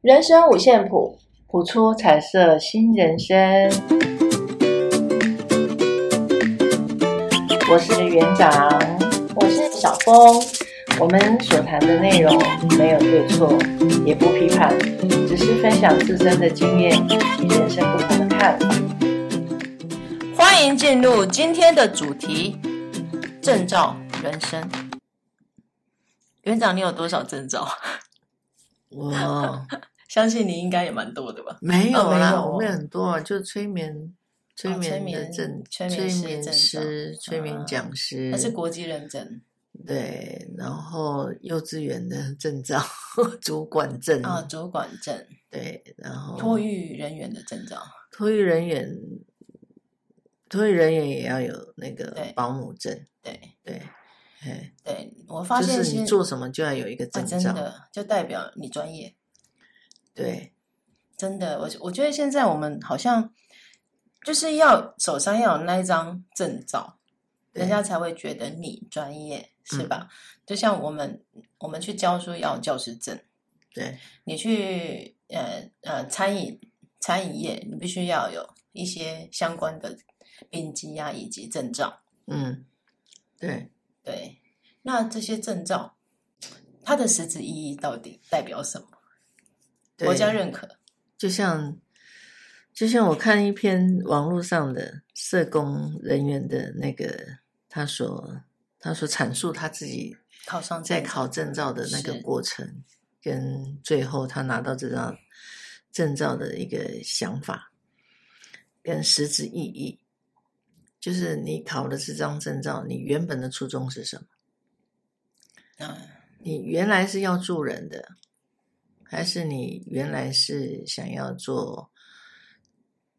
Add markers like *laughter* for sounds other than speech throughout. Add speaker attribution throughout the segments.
Speaker 1: 人生五线谱，谱出彩色新人生。我是园长，我是小峰。我们所谈的内容没有对错，也不批判，只是分享自身的经验与人生不同的看法。欢迎进入今天的主题：证照人生。园长，你有多少证照？ *laughs*
Speaker 2: 我
Speaker 1: 相信你应该也蛮多的吧？
Speaker 2: 没有
Speaker 1: 哦没
Speaker 2: 没
Speaker 1: 有
Speaker 2: 有，我们很多，就催眠、催
Speaker 1: 哦催
Speaker 2: 眠的
Speaker 1: 眠
Speaker 2: 证、
Speaker 1: 催
Speaker 2: 催
Speaker 1: 眠师证照
Speaker 2: 师、催
Speaker 1: 啊
Speaker 2: 眠讲师
Speaker 1: 它，是国际认证
Speaker 2: 对，然后幼稚园的 *laughs* 证照、主管证，
Speaker 1: 啊，主管证、
Speaker 2: 对，然后
Speaker 1: 托育人员的证照。
Speaker 2: 托育人员，托育人员也要有那个
Speaker 1: 对
Speaker 2: 保姆证，
Speaker 1: 对
Speaker 2: 对，哎，
Speaker 1: 对，我发
Speaker 2: 就
Speaker 1: 现
Speaker 2: 是
Speaker 1: 现
Speaker 2: 你做什么就要有一个
Speaker 1: 啊
Speaker 2: 证
Speaker 1: 真
Speaker 2: 照，
Speaker 1: 的就代表你专业，
Speaker 2: 对，
Speaker 1: 真的。我我觉得现在我们好像就是要手上要有那一张证照，人
Speaker 2: 对嗯
Speaker 1: 家才会觉得你专业，是吧？就像我们我们去教书要有教师证，
Speaker 2: 对，
Speaker 1: 你去呃呃餐饮餐饮业，你必须要有一些相关的丙级啊以及证照。
Speaker 2: 嗯，对，
Speaker 1: 对，那这些证照，它的实质意义到底代表什么？国
Speaker 2: 对
Speaker 1: 家认可，
Speaker 2: 就像就像我看一篇网络上的社工人员的那个，他所他所阐述他自己
Speaker 1: 考上
Speaker 2: 在
Speaker 1: 证照
Speaker 2: 考证照的那个
Speaker 1: 是
Speaker 2: 过程，跟最后他拿到这张证照的一个想法跟实质意义，就是你考了这张证照，你原本的初衷是什么？
Speaker 1: 嗯，
Speaker 2: 你原来是要助人的，还是你原来是想要做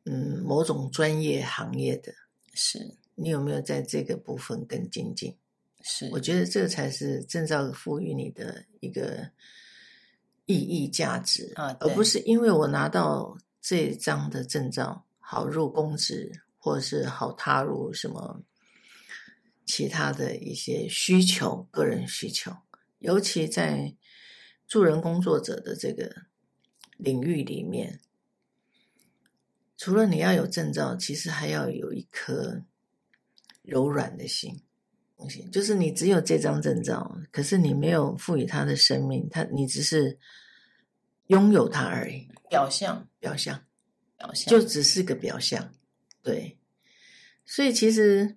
Speaker 2: 嗯某种专业行业的？
Speaker 1: 是
Speaker 2: 你有没有在这个部分更精进？
Speaker 1: 是
Speaker 2: 我觉得这才是证照赋予你的一个意义价值
Speaker 1: 啊
Speaker 2: 而
Speaker 1: 对
Speaker 2: 不是因为我拿到这张的证照好入公职，或是好踏入什么其他的一些需求，个人需求，尤其在助人工作者的这个领域里面，除了你要有证照，其实还要有一颗柔软的心。东西，就是你只有这张证照，可是你没有赋予它的生命，它你只是拥有它而已，
Speaker 1: 表象
Speaker 2: 表象
Speaker 1: 表象
Speaker 2: 就只是个表象，对。所以其实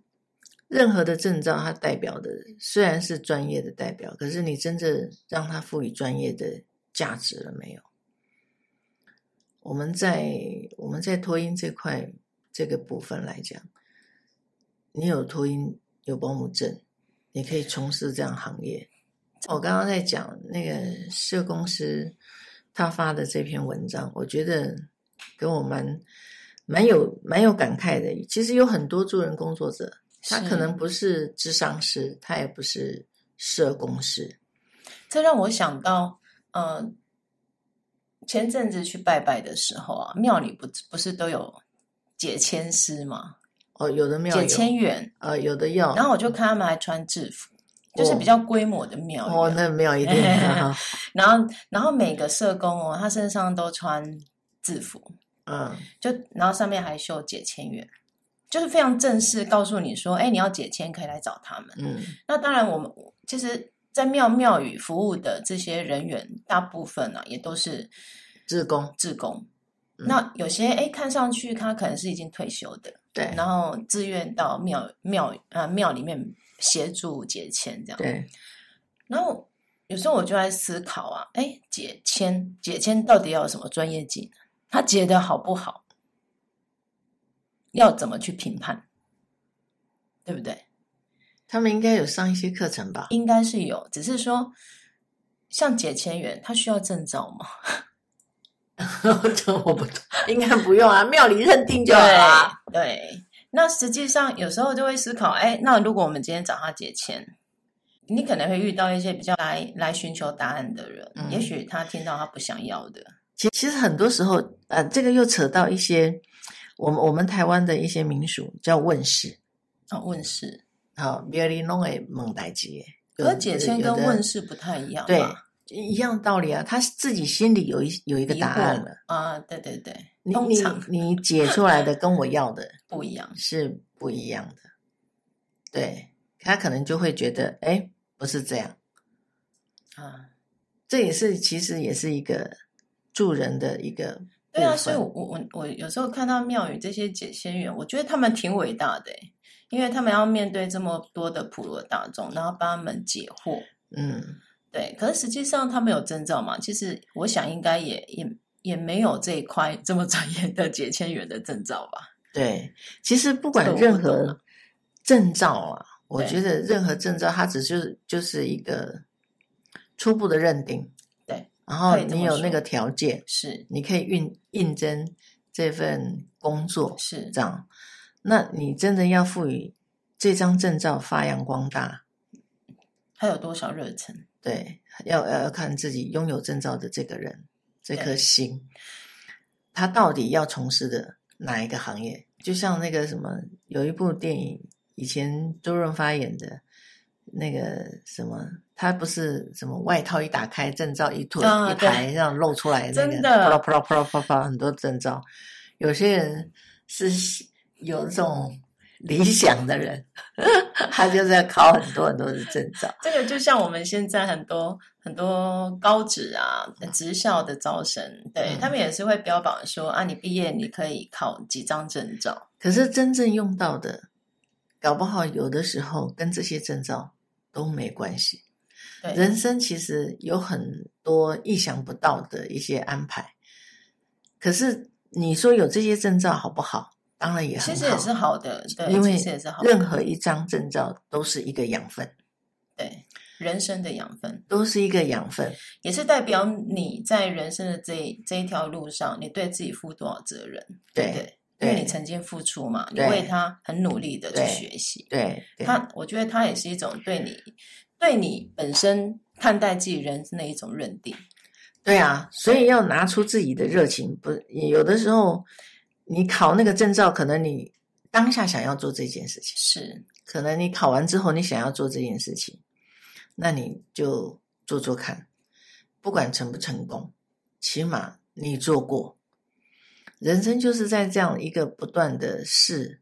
Speaker 2: 任何的证照，它代表的虽然是专业的代表，可是你真正让它赋予专业的价值了没有？我们在我们在托音这块这个部分来讲，你有托音有保姆证，你可以从事这样行业。我刚刚在讲那个社公司他发的这篇文章，我觉得跟我蛮蛮有蛮有感慨的。其实有很多助人工作者，他
Speaker 1: 是
Speaker 2: 可能不是智商师，他也不是社工师，
Speaker 1: 这让我想到，嗯、前阵子去拜拜的时候啊，庙里不不是都有解签师嘛，
Speaker 2: 哦，有的没有
Speaker 1: 解，签员，
Speaker 2: 呃，有的要，
Speaker 1: 然后我就看他们还穿制服，就是
Speaker 2: 哦
Speaker 1: 比较规模的庙宇啊、
Speaker 2: 哦，那没
Speaker 1: *laughs*
Speaker 2: 有一定，啊哈哈
Speaker 1: 然后然后每个社工哦，他身上都穿制服，
Speaker 2: 嗯，
Speaker 1: 就然后上面还绣解签员，就是非常正式告诉你说，哎，你要解签可以来找他们。
Speaker 2: 嗯，
Speaker 1: 那当然，我们其实，在庙庙宇服务的这些人员，大部分呢、也都是
Speaker 2: 志工，
Speaker 1: 志工。
Speaker 2: 嗯
Speaker 1: 那有些哎，看上去他可能是已经退休的，
Speaker 2: 对，
Speaker 1: 然后自愿到庙庙啊庙里面协助解签这样。
Speaker 2: 对，
Speaker 1: 然后有时候我就在思考啊，哎，解签解签到底要有什么专业技能？他解的好不好？要怎么去评判？对不对？
Speaker 2: 他们应该有上一些课程吧？
Speaker 1: 应该是有，只是说像解签员，他需要证照
Speaker 2: *laughs*
Speaker 1: 吗？
Speaker 2: *laughs* 这我不，应该不用啊，庙里认定就好了啊。
Speaker 1: 对对。那实际上有时候就会思考，哎，那如果我们今天找他解签，你可能会遇到一些比较来来寻求答案的人，
Speaker 2: 嗯
Speaker 1: 也许他听到他不想要的，
Speaker 2: 其其实很多时候，呃，这个又扯到一些我们我们台湾的一些民俗叫问世，
Speaker 1: 哦，问世。
Speaker 2: 好，别里弄诶蒙代吉。有
Speaker 1: 可解签
Speaker 2: 有
Speaker 1: 跟
Speaker 2: 的
Speaker 1: 问世不太一样嘛，
Speaker 2: 对一样道理啊，他自己心里有一有一个答案了。
Speaker 1: 啊，对对对，
Speaker 2: 你
Speaker 1: 通
Speaker 2: 你
Speaker 1: 常
Speaker 2: 你解出来的跟我要的
Speaker 1: 不一样。
Speaker 2: 是不一样的，对他可能就会觉得，哎，不是这样。
Speaker 1: 啊，
Speaker 2: 这也是其实也是一个助人的一个
Speaker 1: 对啊，
Speaker 2: 部分
Speaker 1: 所以我我我我有时候看到妙宇这些解仙员，我觉得他们挺伟大的欸，因为他们要面对这么多的普罗大众，然后帮他们解惑。
Speaker 2: 嗯
Speaker 1: 对，可是实际上他们有证照嘛？其实我想应该也也也没有这一块这么专业的解签员的证照吧？
Speaker 2: 对，其实不
Speaker 1: 这
Speaker 2: 管
Speaker 1: 个我
Speaker 2: 任
Speaker 1: 懂
Speaker 2: 何证照啊，我
Speaker 1: 对
Speaker 2: 觉得任何证照它只是就是一个初步的认定，
Speaker 1: 对，
Speaker 2: 然后
Speaker 1: 可以这
Speaker 2: 你
Speaker 1: 么
Speaker 2: 有那
Speaker 1: 说
Speaker 2: 个条件，
Speaker 1: 是
Speaker 2: 你可以应应征这份工作，
Speaker 1: 是
Speaker 2: 这样，那你真的要赋予这张证照发扬光大，
Speaker 1: 他有多少热忱？
Speaker 2: 对，要要要看自己拥有证照的这个人这颗
Speaker 1: 对
Speaker 2: 心，他到底要从事的哪一个行业？就像那个什么，有一部电影，以前周润发演的那个什么，他不是什么外套一打开，证照一推、
Speaker 1: 啊
Speaker 2: 一
Speaker 1: 对
Speaker 2: 排，这样露出来，那个
Speaker 1: 真
Speaker 2: 啪啦
Speaker 1: 的
Speaker 2: 啪啦啪啦啪啦啪啦很多证照。有些人是有这种理想的人， *laughs* 他就是要考很多很多的证照。
Speaker 1: 这个就像我们现在很多很多高职啊、职校的招生，对、
Speaker 2: 嗯
Speaker 1: 他们也是会标榜说啊，你毕业你可以考几张证照，
Speaker 2: 可是真正用到的，搞不好有的时候跟这些证照都没关系。
Speaker 1: 对，
Speaker 2: 人生其实有很多意想不到的一些安排，可是你说有这些证照好不好？当然也很好，
Speaker 1: 其实也是好的，对，
Speaker 2: 因为
Speaker 1: 其实也是好的，
Speaker 2: 任何一张证照都是一个养分，
Speaker 1: 对人生的养分。
Speaker 2: 都是一个养分。
Speaker 1: 也是代表你在人生的这一这一条路上，你对自己负多少责任？
Speaker 2: 对
Speaker 1: 对，因
Speaker 2: 对
Speaker 1: 为你曾经付出嘛，你
Speaker 2: 对
Speaker 1: 为他很努力的去
Speaker 2: 对
Speaker 1: 学习。
Speaker 2: 对，对
Speaker 1: 他，我觉得他也是一种对你对你本身看待自己人生的一种认定。
Speaker 2: 对啊，所以要拿出自己的热情。不，有的时候你考那个证照，可能你当下想要做这件事情。
Speaker 1: 是，
Speaker 2: 可能你考完之后，你想要做这件事情，那你就做做看，不管成不成功，起码你做过。人生就是在这样一个不断的试，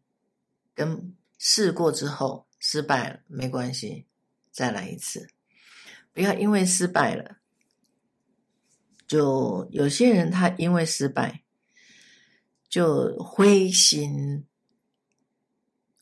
Speaker 2: 跟试过之后失败了没关系，再来一次，不要因为失败了，就有些人他因为失败就灰心。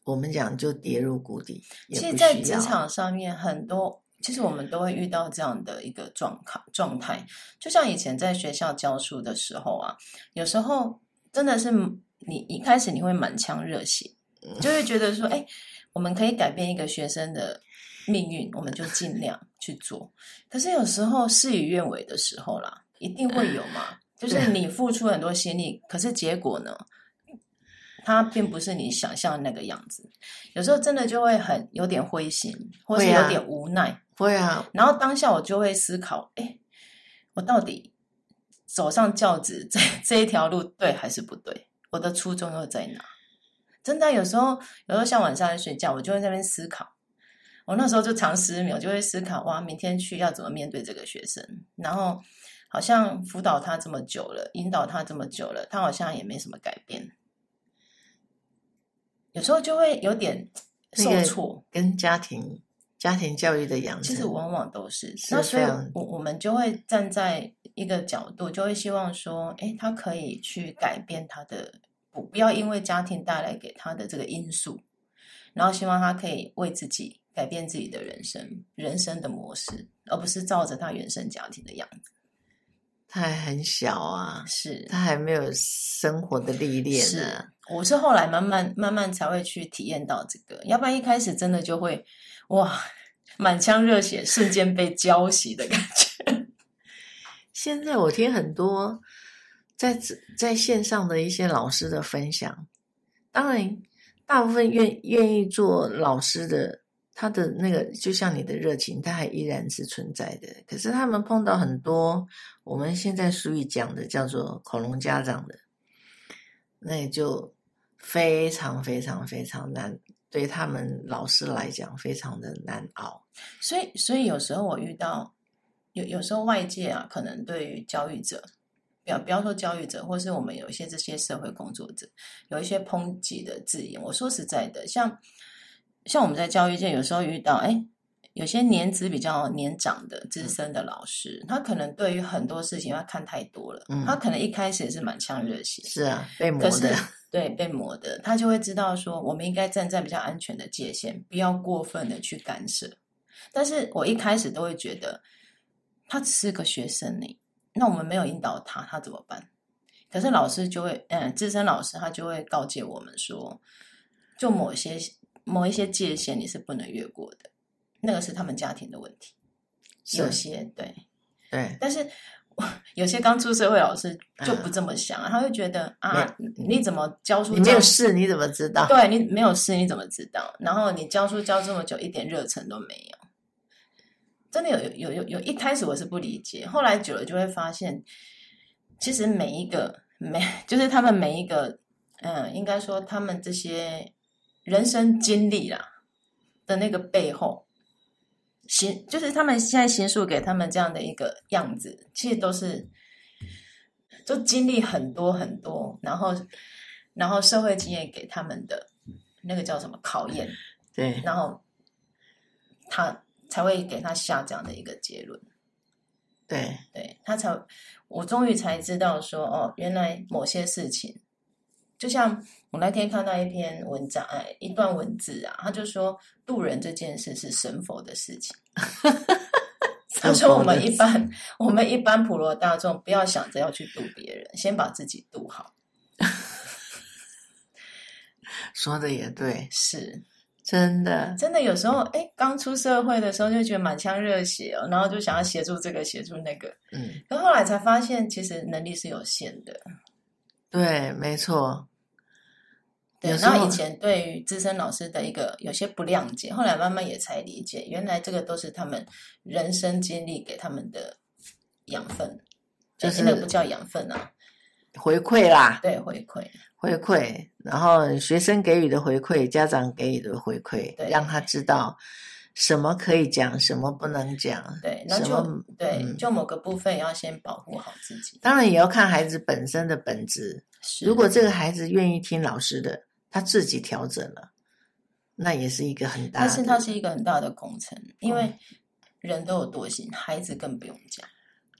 Speaker 2: 我们讲就跌入谷底，也
Speaker 1: 其实，
Speaker 2: 不
Speaker 1: 在
Speaker 2: 需
Speaker 1: 职
Speaker 2: 要
Speaker 1: 场上面，很多其实我们都会遇到这样的一个状况状态。就像以前在学校教书的时候啊，有时候真的是你一开始你会满腔热血，
Speaker 2: 嗯
Speaker 1: 就会觉得说，哎、我们可以改变一个学生的命运，我们就尽量去做。可是有时候事与愿违的时候啦，一定会有
Speaker 2: *laughs*
Speaker 1: 嘛。就是你付出很多心力，可是结果呢，它并不是你想象的那个样子。有时候真的就会很有点灰心，或是
Speaker 2: 会啊
Speaker 1: 有点无奈。
Speaker 2: 会啊，
Speaker 1: 然后当下我就会思考：哎，我到底走上教职这这一条路对还是不对？我的初衷又在哪？真的啊，有时候有时候像晚上在睡觉，我就会在那边思考。我那时候就常失眠，我就会思考：哇，明天去要怎么面对这个学生？然后好像辅导他这么久了，引导他这么久了，他好像也没什么改变。有时候就会有点
Speaker 2: 那
Speaker 1: 受
Speaker 2: 个
Speaker 1: 挫。
Speaker 2: 跟家庭家庭教育的养成，
Speaker 1: 其实往往都是，
Speaker 2: 是
Speaker 1: 那所以
Speaker 2: 非常
Speaker 1: 我我们就会站在一个角度，就会希望说，哎，他可以去改变他的，不不要因为家庭带来给他的这个因素，然后希望他可以为自己改变自己的人生人生的模式，而不是照着他原生家庭的样子。
Speaker 2: 他还很小啊，
Speaker 1: 是
Speaker 2: 他还没有生活的历练啊呢、
Speaker 1: 是， *laughs* 我是后来慢慢慢慢才会去体验到这个，要不然一开始真的就会哇，满腔热血瞬间被浇熄的感觉。
Speaker 2: 现在我听很多在这在线上的一些老师的分享，当然大部分愿愿意做老师的，他的那个就像你的热情，他还依然是存在的。可是他们碰到很多我们现在俗语讲的叫做“恐龙家长”的，那也就非常非常非常难，对他们老师来讲非常的难熬。
Speaker 1: 所以，所以有时候我遇到有有时候外界啊，可能对于教育者，不要不要说教育者，或是我们有一些这些社会工作者，有一些抨击的字眼。我说实在的，像像我们在教育界，有时候遇到，哎，有些年资比较年长的
Speaker 2: 嗯
Speaker 1: 资深的老师，他可能对于很多事情他看太多了，
Speaker 2: 嗯
Speaker 1: 他可能一开始也是满腔热血，
Speaker 2: 是啊，被磨
Speaker 1: 可是
Speaker 2: *laughs*
Speaker 1: 嗯
Speaker 2: 的，
Speaker 1: 对被磨的，他就会知道说，我们应该站在比较安全的界限，不要过分的去干涉。但是我一开始都会觉得，他只是个学生呢，那我们没有引导他，他怎么办？可是老师就会，嗯，资深老师他就会告诫我们说，就某些某一些界限你是不能越过的，那个是他们家庭的问题，有
Speaker 2: 是
Speaker 1: 些对，
Speaker 2: 对，
Speaker 1: 但是我 *laughs* 有些刚出社会老师就不
Speaker 2: 啊
Speaker 1: 这么想啊，他会觉得啊，
Speaker 2: 没
Speaker 1: 你怎么教书
Speaker 2: 你没
Speaker 1: 教
Speaker 2: 有试，你怎么知道？
Speaker 1: 对你没有事，你怎么知道？然后你教书教这么久，一点热忱都没有。真的有有有有，一开始我是不理解，后来久了就会发现，其实每一个每 *laughs* 就是他们每一个，嗯，应该说他们这些人生经历啦的那个背后，形就是他们现在形塑给他们这样的一个样子，其实都是就经历很多很多，然后然后社会经验给他们的那个叫什么考验，
Speaker 2: 对，
Speaker 1: 然后他才会给他下这样的一个结论。 *laughs*
Speaker 2: 对，
Speaker 1: 对他才，我终于才知道说，哦，原来某些事情，就像我那天看到一篇文章，哎，一段文字啊，他就说渡人这件事是神佛的事情。他说：“我们一般，我们一般普罗大众不要想着要去渡别人，先把自己渡好。
Speaker 2: 说的也对，
Speaker 1: 是，
Speaker 2: 真的，
Speaker 1: 真的有时候，哎，刚出社会的时候就觉得满腔热血哦，然后就想要协助这个协助那个，
Speaker 2: 嗯，
Speaker 1: 可后来才发现，其实能力是有限的。
Speaker 2: 对，没错，
Speaker 1: 对，
Speaker 2: 有时
Speaker 1: 然
Speaker 2: 候
Speaker 1: 后以前对于资深老师的一个有些不谅解，后来慢慢也才理解，原来这个都是他们人生经历给他们的养分，
Speaker 2: 就
Speaker 1: 诶
Speaker 2: 是
Speaker 1: 那个不叫养分啊，
Speaker 2: 回馈啦，
Speaker 1: 对，回馈，
Speaker 2: 回馈，然后学生给予的回馈，家长给予的回馈
Speaker 1: 对，
Speaker 2: 让他知道什么可以讲，什么不能讲。
Speaker 1: 对，那
Speaker 2: 什
Speaker 1: 就
Speaker 2: 么
Speaker 1: 对，
Speaker 2: 嗯
Speaker 1: 就某个部分也要先保护好自己。
Speaker 2: 当然也要看孩子本身的本质。
Speaker 1: 是
Speaker 2: 如果这个孩子愿意听老师的，他自己调整了，那也是一个很大的。
Speaker 1: 但是它是一个很大的工程，
Speaker 2: 嗯
Speaker 1: 因为人都有惰性，孩子更不用讲。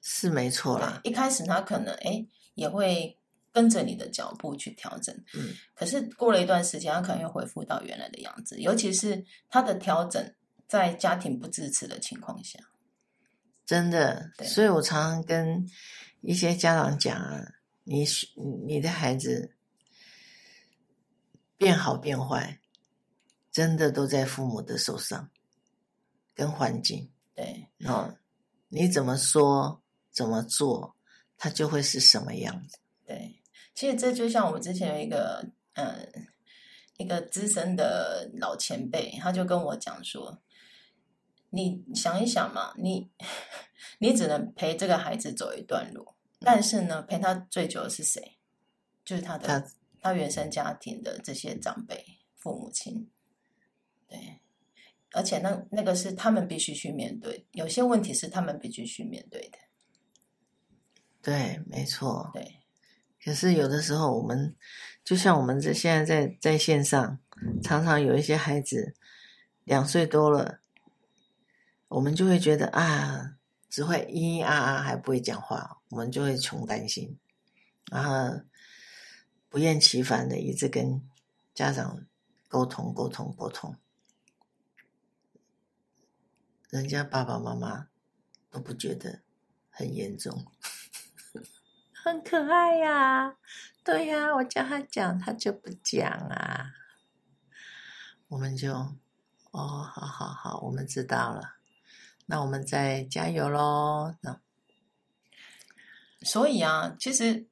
Speaker 2: 是没错
Speaker 1: 对
Speaker 2: 啦，，
Speaker 1: 一开始他可能哎也会跟着你的脚步去调整，
Speaker 2: 嗯，
Speaker 1: 可是过了一段时间，他可能又恢复到原来的样子，尤其是他的调整在家庭不支持的情况下，
Speaker 2: 真的。
Speaker 1: 对
Speaker 2: 所以我常常跟一些家长讲啊，你是你的孩子变好变坏，真的都在父母的手上跟环境
Speaker 1: 对
Speaker 2: 哦。你怎么说怎么做，他就会是什么样子。
Speaker 1: 对，其实这就像我们之前有一个嗯一个资深的老前辈，他就跟我讲说，你想一想嘛，你 *laughs* 你只能陪这个孩子走一段路，但是呢，陪他最久的是谁？就是他的
Speaker 2: 他
Speaker 1: 他原生家庭的这些长辈、父母亲，对。而且那那个是他们必须去面对，有些问题是他们必须去面对的。
Speaker 2: 对，没错。
Speaker 1: 对，
Speaker 2: 可是有的时候，我们就像我们这现在在在线上，常常有一些孩子两岁多了，我们就会觉得啊，只会咿咿啊啊，还不会讲话，我们就会穷担心，然后不厌其烦的一直跟家长沟通沟通沟通，人家爸爸妈妈都不觉得很严重。很可爱呀、对呀、我叫他讲，他就不讲啊。我们就，哦，好好好，我们知道了，那我们再加油喽。那
Speaker 1: 所以啊，其实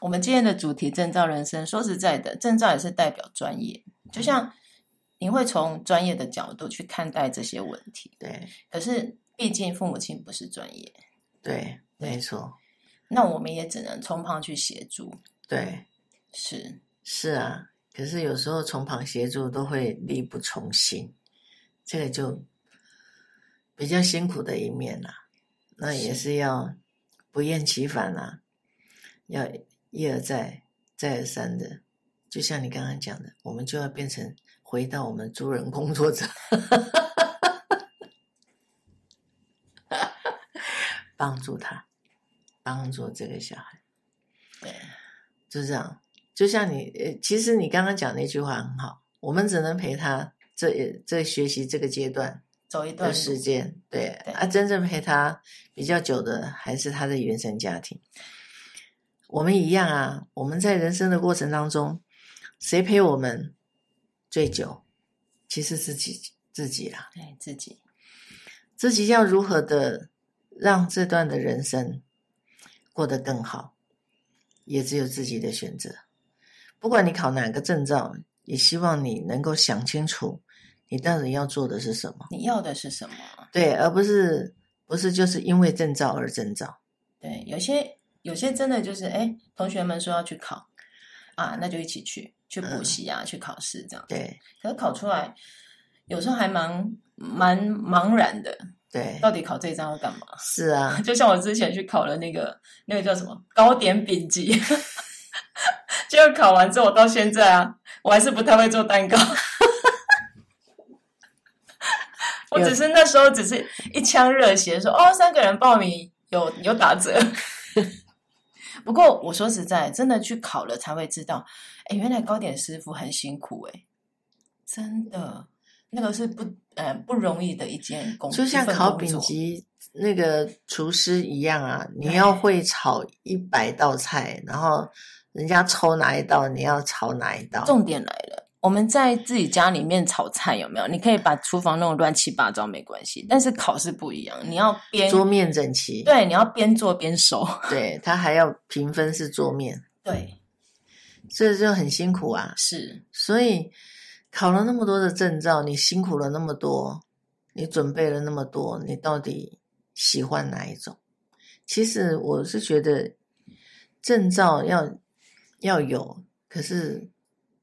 Speaker 1: 我们今天的主题“证照人生”，说实在的，证照也是代表专业。就像你会从专业的角度去看待这些问题，
Speaker 2: 对
Speaker 1: 可是毕竟父母亲不是专业，
Speaker 2: 对，没错，
Speaker 1: 那我们也只能从旁去协助。
Speaker 2: 对，
Speaker 1: 是，
Speaker 2: 是啊。可是有时候从旁协助都会力不从心，这个就比较辛苦的一面啦、那也是要不厌其烦啊，要一而再、再而三的，就像你刚刚讲的，我们就要变成回到我们助人工作者，帮助他，帮助这个小孩，
Speaker 1: 对，
Speaker 2: 就这样。就像你，呃，其实你刚刚讲那句话很好，我们只能陪他这这学习这个阶段，
Speaker 1: 走一
Speaker 2: 的
Speaker 1: 段
Speaker 2: 时
Speaker 1: 路，
Speaker 2: 间，对
Speaker 1: 对
Speaker 2: 啊，真正陪他比较久的还是他的原生家庭。我们一样啊，我们在人生的过程当中，谁陪我们最久？其实自己自己啊，
Speaker 1: 对哎自己，
Speaker 2: 自己要如何的让这段的人生过得更好，也只有自己的选择。不管你考哪个证照，也希望你能够想清楚，你到底要做的是什么。
Speaker 1: 你要的是什么啊？
Speaker 2: 对，而不是不是就是因为证照而证照。
Speaker 1: 对，有些有些真的就是，哎，同学们说要去考啊，那就一起去去补
Speaker 2: 嗯
Speaker 1: 习啊，去考试这样。
Speaker 2: 对
Speaker 1: 可是考出来，有时候还蛮蛮茫然的，
Speaker 2: 对，
Speaker 1: 到底考这一张要干嘛？
Speaker 2: 是啊，
Speaker 1: 就像我之前去考了那个那个叫什么糕点丙级， *laughs* 结果考完之后，我到现在啊，我还是不太会做蛋糕。 *laughs* 我只是那时候只是一腔热血说哦，三个人报名有有打折。 *laughs* 不过我说实在，真的去考了才会知道，哎，原来糕点师傅很辛苦哎、真的，那个是不呃不容易的一件工，
Speaker 2: 就像
Speaker 1: 一份
Speaker 2: 考
Speaker 1: 工
Speaker 2: 丙
Speaker 1: 作
Speaker 2: 级那个厨师一样啊，你
Speaker 1: 对
Speaker 2: 要会炒一百道菜，然后人家抽哪一道，你要炒哪一道。
Speaker 1: 重点来了，我们在自己家里面炒菜有没有？你可以把厨房弄得乱七八糟没关系，但是烤是不一样，你要边
Speaker 2: 桌面整齐，
Speaker 1: 对，你要边做边收， *laughs*
Speaker 2: 对，他还要评分是桌面，
Speaker 1: 对，
Speaker 2: 这就很辛苦啊。
Speaker 1: 是
Speaker 2: 所以考了那么多的证照，你辛苦了那么多，你准备了那么多，你到底喜欢哪一种？其实我是觉得证照要要有，可是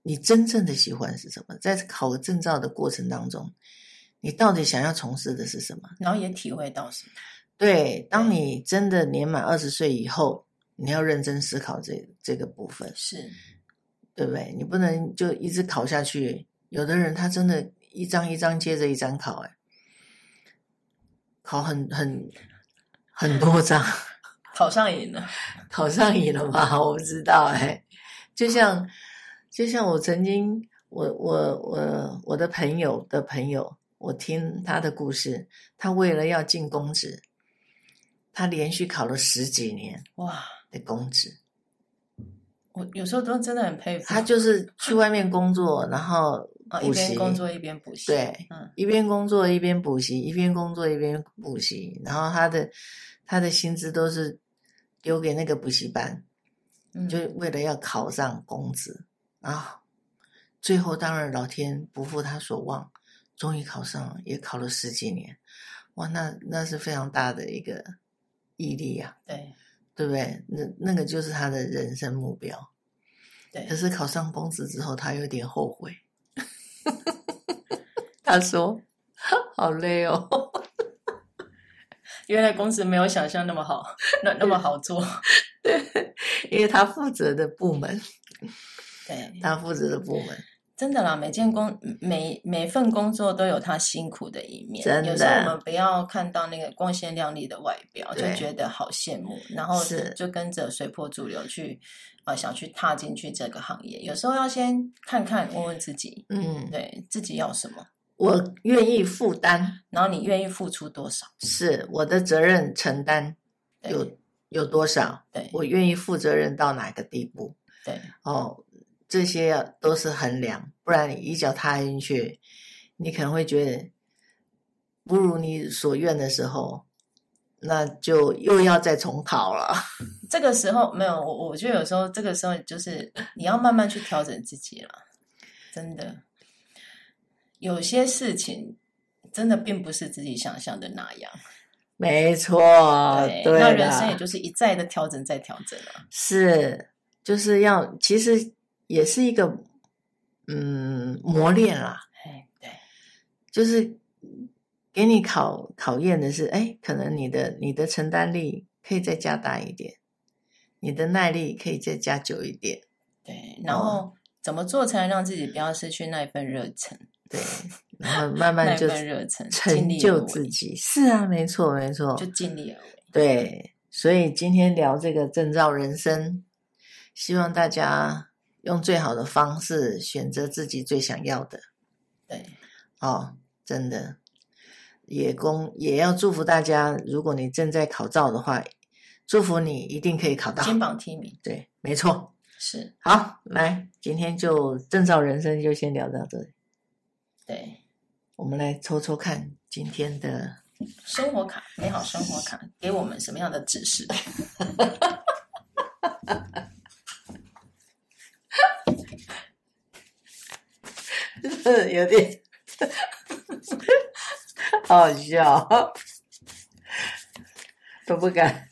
Speaker 2: 你真正的喜欢是什么？在考证照的过程当中，你到底想要从事的是什么？
Speaker 1: 然后也体会到什么？
Speaker 2: 对，当
Speaker 1: 对
Speaker 2: 你真的年满二十岁以后，你要认真思考这这个部分。
Speaker 1: 是
Speaker 2: 对不对？你不能就一直考下去。有的人他真的一张一张接着一张考、哎，考很很很多张，
Speaker 1: 考上瘾了，
Speaker 2: 考上瘾了吗？ *laughs* 我不知道、哎，就像
Speaker 1: 嗯
Speaker 2: 就像我曾经，我我我我的朋友的朋友，我听他的故事，他为了要进公职，他连续考了十几年
Speaker 1: 哇！
Speaker 2: 的公职。
Speaker 1: 我有时候都真的很佩服
Speaker 2: 他就是去外面工作，然后
Speaker 1: 啊，一
Speaker 2: 补习
Speaker 1: 边工作一边补习，
Speaker 2: 对，
Speaker 1: 嗯，
Speaker 2: 一边工作一边补习，一边工作一边补习，然后他的他的薪资都是丢给那个补习班，
Speaker 1: 嗯，
Speaker 2: 就为了要考上公职啊。最后当然老天不负他所望，终于考上了，也考了十几年，哇，那那是非常大的一个毅力呀、
Speaker 1: 对
Speaker 2: 对不对？那那个就是他的人生目标。
Speaker 1: 对
Speaker 2: 可，是考上公职之后，他有点后悔。 *laughs* 他说：“ *laughs* 好累哦。” *laughs*
Speaker 1: 原来公司没有想象那么好，那那么好
Speaker 2: *laughs*
Speaker 1: 做，
Speaker 2: 因为他负责的部门，
Speaker 1: 对，
Speaker 2: 他负责的部门，
Speaker 1: 真的啦，每件工每每份工作都有它辛苦的一面。
Speaker 2: 真的
Speaker 1: 有时候我们不要看到那个光鲜亮丽的外表，就
Speaker 2: 对
Speaker 1: 觉得好羡慕，然后
Speaker 2: 是
Speaker 1: 就跟着随波逐流去啊、呃想去踏进去这个行业。有时候要先看看，问问自己，
Speaker 2: 嗯，
Speaker 1: 对自己要什么，
Speaker 2: 我愿意负担，
Speaker 1: 然后你愿意付出多少？
Speaker 2: 是我的责任承担
Speaker 1: 对
Speaker 2: 有有多少，
Speaker 1: 对
Speaker 2: 我愿意负责任到哪个地步，
Speaker 1: 对
Speaker 2: 哦，这些都是衡量，不然你一脚踏进去，你可能会觉得不如你所愿的时候，那就又要再重考了， *laughs*
Speaker 1: 这个时候没有我，我觉得有时候这个时候就是你要慢慢去调整自己了，真的。有些事情真的并不是自己想象的那样，
Speaker 2: 没错，
Speaker 1: 对，那人
Speaker 2: 啊啦
Speaker 1: 生也就是一再的调整再调整啊。
Speaker 2: 是，就是要，其实也是一个，嗯，磨练啦，
Speaker 1: 哎，对，
Speaker 2: 就是给你考考验的是，哎，可能你的你的承担力可以再加大一点，你的耐力可以再加久一点。
Speaker 1: 对，然
Speaker 2: 哦
Speaker 1: 后怎么做才能让自己不要失去那一份热忱？
Speaker 2: *laughs* 对，然后慢慢
Speaker 1: 那
Speaker 2: 就
Speaker 1: 份热忱，尽
Speaker 2: 成
Speaker 1: 力
Speaker 2: 就
Speaker 1: 而为
Speaker 2: 自己。是啊，没错，没错，
Speaker 1: 就尽力而为。
Speaker 2: 对，所以今天聊这个证照人生，希望大家用最好的方式选择自己最想要的
Speaker 1: 对，
Speaker 2: 哦，真的。也恭也要祝福大家，如果你正在考照的话，祝福你一定可以考到。
Speaker 1: 金榜题名
Speaker 2: 对，没错。
Speaker 1: 是
Speaker 2: 好，来，今天就证照人生就先聊到这里，
Speaker 1: 对
Speaker 2: 我们来抽抽看今天的。
Speaker 1: 生活卡，美好生活卡给我们什么样的
Speaker 2: *laughs*
Speaker 1: 指示？
Speaker 2: 有点 *laughs* 好笑，都不敢。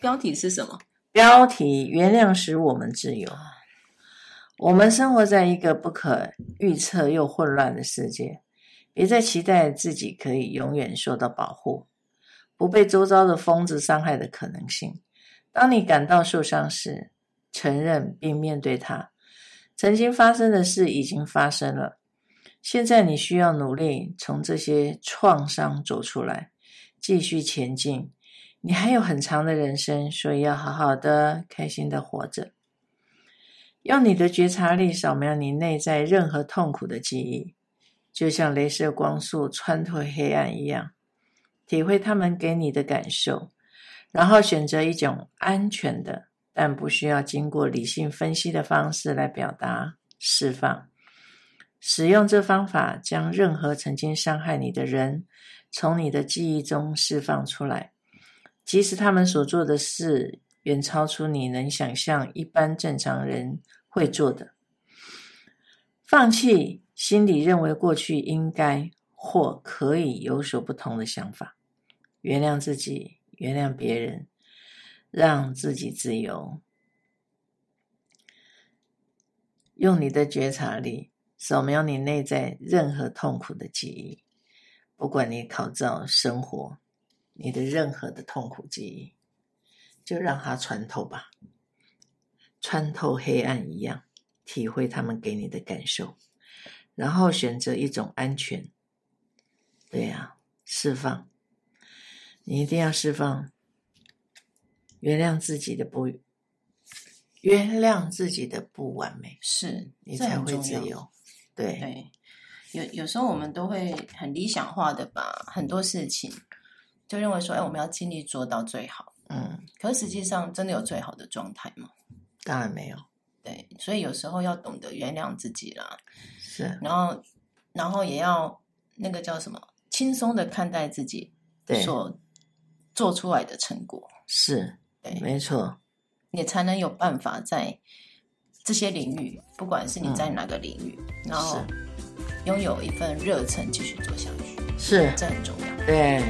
Speaker 1: 标题是什么？
Speaker 2: 标题：原谅使我们自由。我们生活在一个不可预测又混乱的世界，别再期待自己可以永远受到保护，不被周遭的疯子伤害的可能性。当你感到受伤时，承认并面对它。曾经发生的事已经发生了，现在你需要努力从这些创伤走出来，继续前进。你还有很长的人生，所以要好好的、开心的活着。用你的觉察力扫描你内在任何痛苦的记忆，就像镭射光束穿透黑暗一样，体会他们给你的感受，然后选择一种安全的，但不需要经过理性分析的方式来表达释放。使用这方法，将任何曾经伤害你的人从你的记忆中释放出来。即使他们所做的事远超出你能想象一般正常人会做的。放弃心里认为过去应该或可以有所不同的想法，原谅自己，原谅别人，让自己自由。用你的觉察力扫描你内在任何痛苦的记忆，不管你考照、生活，你的任何的痛苦记忆，就让它穿透吧，穿透黑暗一样，体会他们给你的感受，然后选择一种安全。对呀、释放，你一定要释放，原谅自己的不，原谅自己的不完美，
Speaker 1: 是，
Speaker 2: 你
Speaker 1: 这
Speaker 2: 才
Speaker 1: 很
Speaker 2: 会
Speaker 1: 重
Speaker 2: 自
Speaker 1: 要。
Speaker 2: 由。对，
Speaker 1: 对，有有时候我们都会很理想化的把很多事情就认为说，哎，我们要尽力做到最好。
Speaker 2: 嗯，
Speaker 1: 可是实际上，真的有最好的状态吗？
Speaker 2: 当然没有，
Speaker 1: 对，所以有时候要懂得原谅自己啦，
Speaker 2: 是
Speaker 1: 然后，然后也要那个叫什么，轻松的看待自己
Speaker 2: 对，
Speaker 1: 所做出来的成果，
Speaker 2: 是
Speaker 1: 对，
Speaker 2: 没错，
Speaker 1: 你才能有办法在这些领域，不管是你在哪个领域，然后拥有一份热忱继续做下去，
Speaker 2: 是。
Speaker 1: 这很重要。
Speaker 2: 对，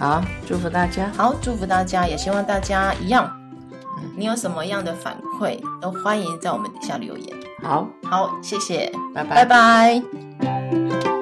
Speaker 2: 好，祝福大家。
Speaker 1: 好，祝福大家，也希望大家一样
Speaker 2: 嗯，
Speaker 1: 你有什么样的反馈，都欢迎在我们底下留言。
Speaker 2: 好，
Speaker 1: 好，谢谢，
Speaker 2: 拜拜
Speaker 1: 拜拜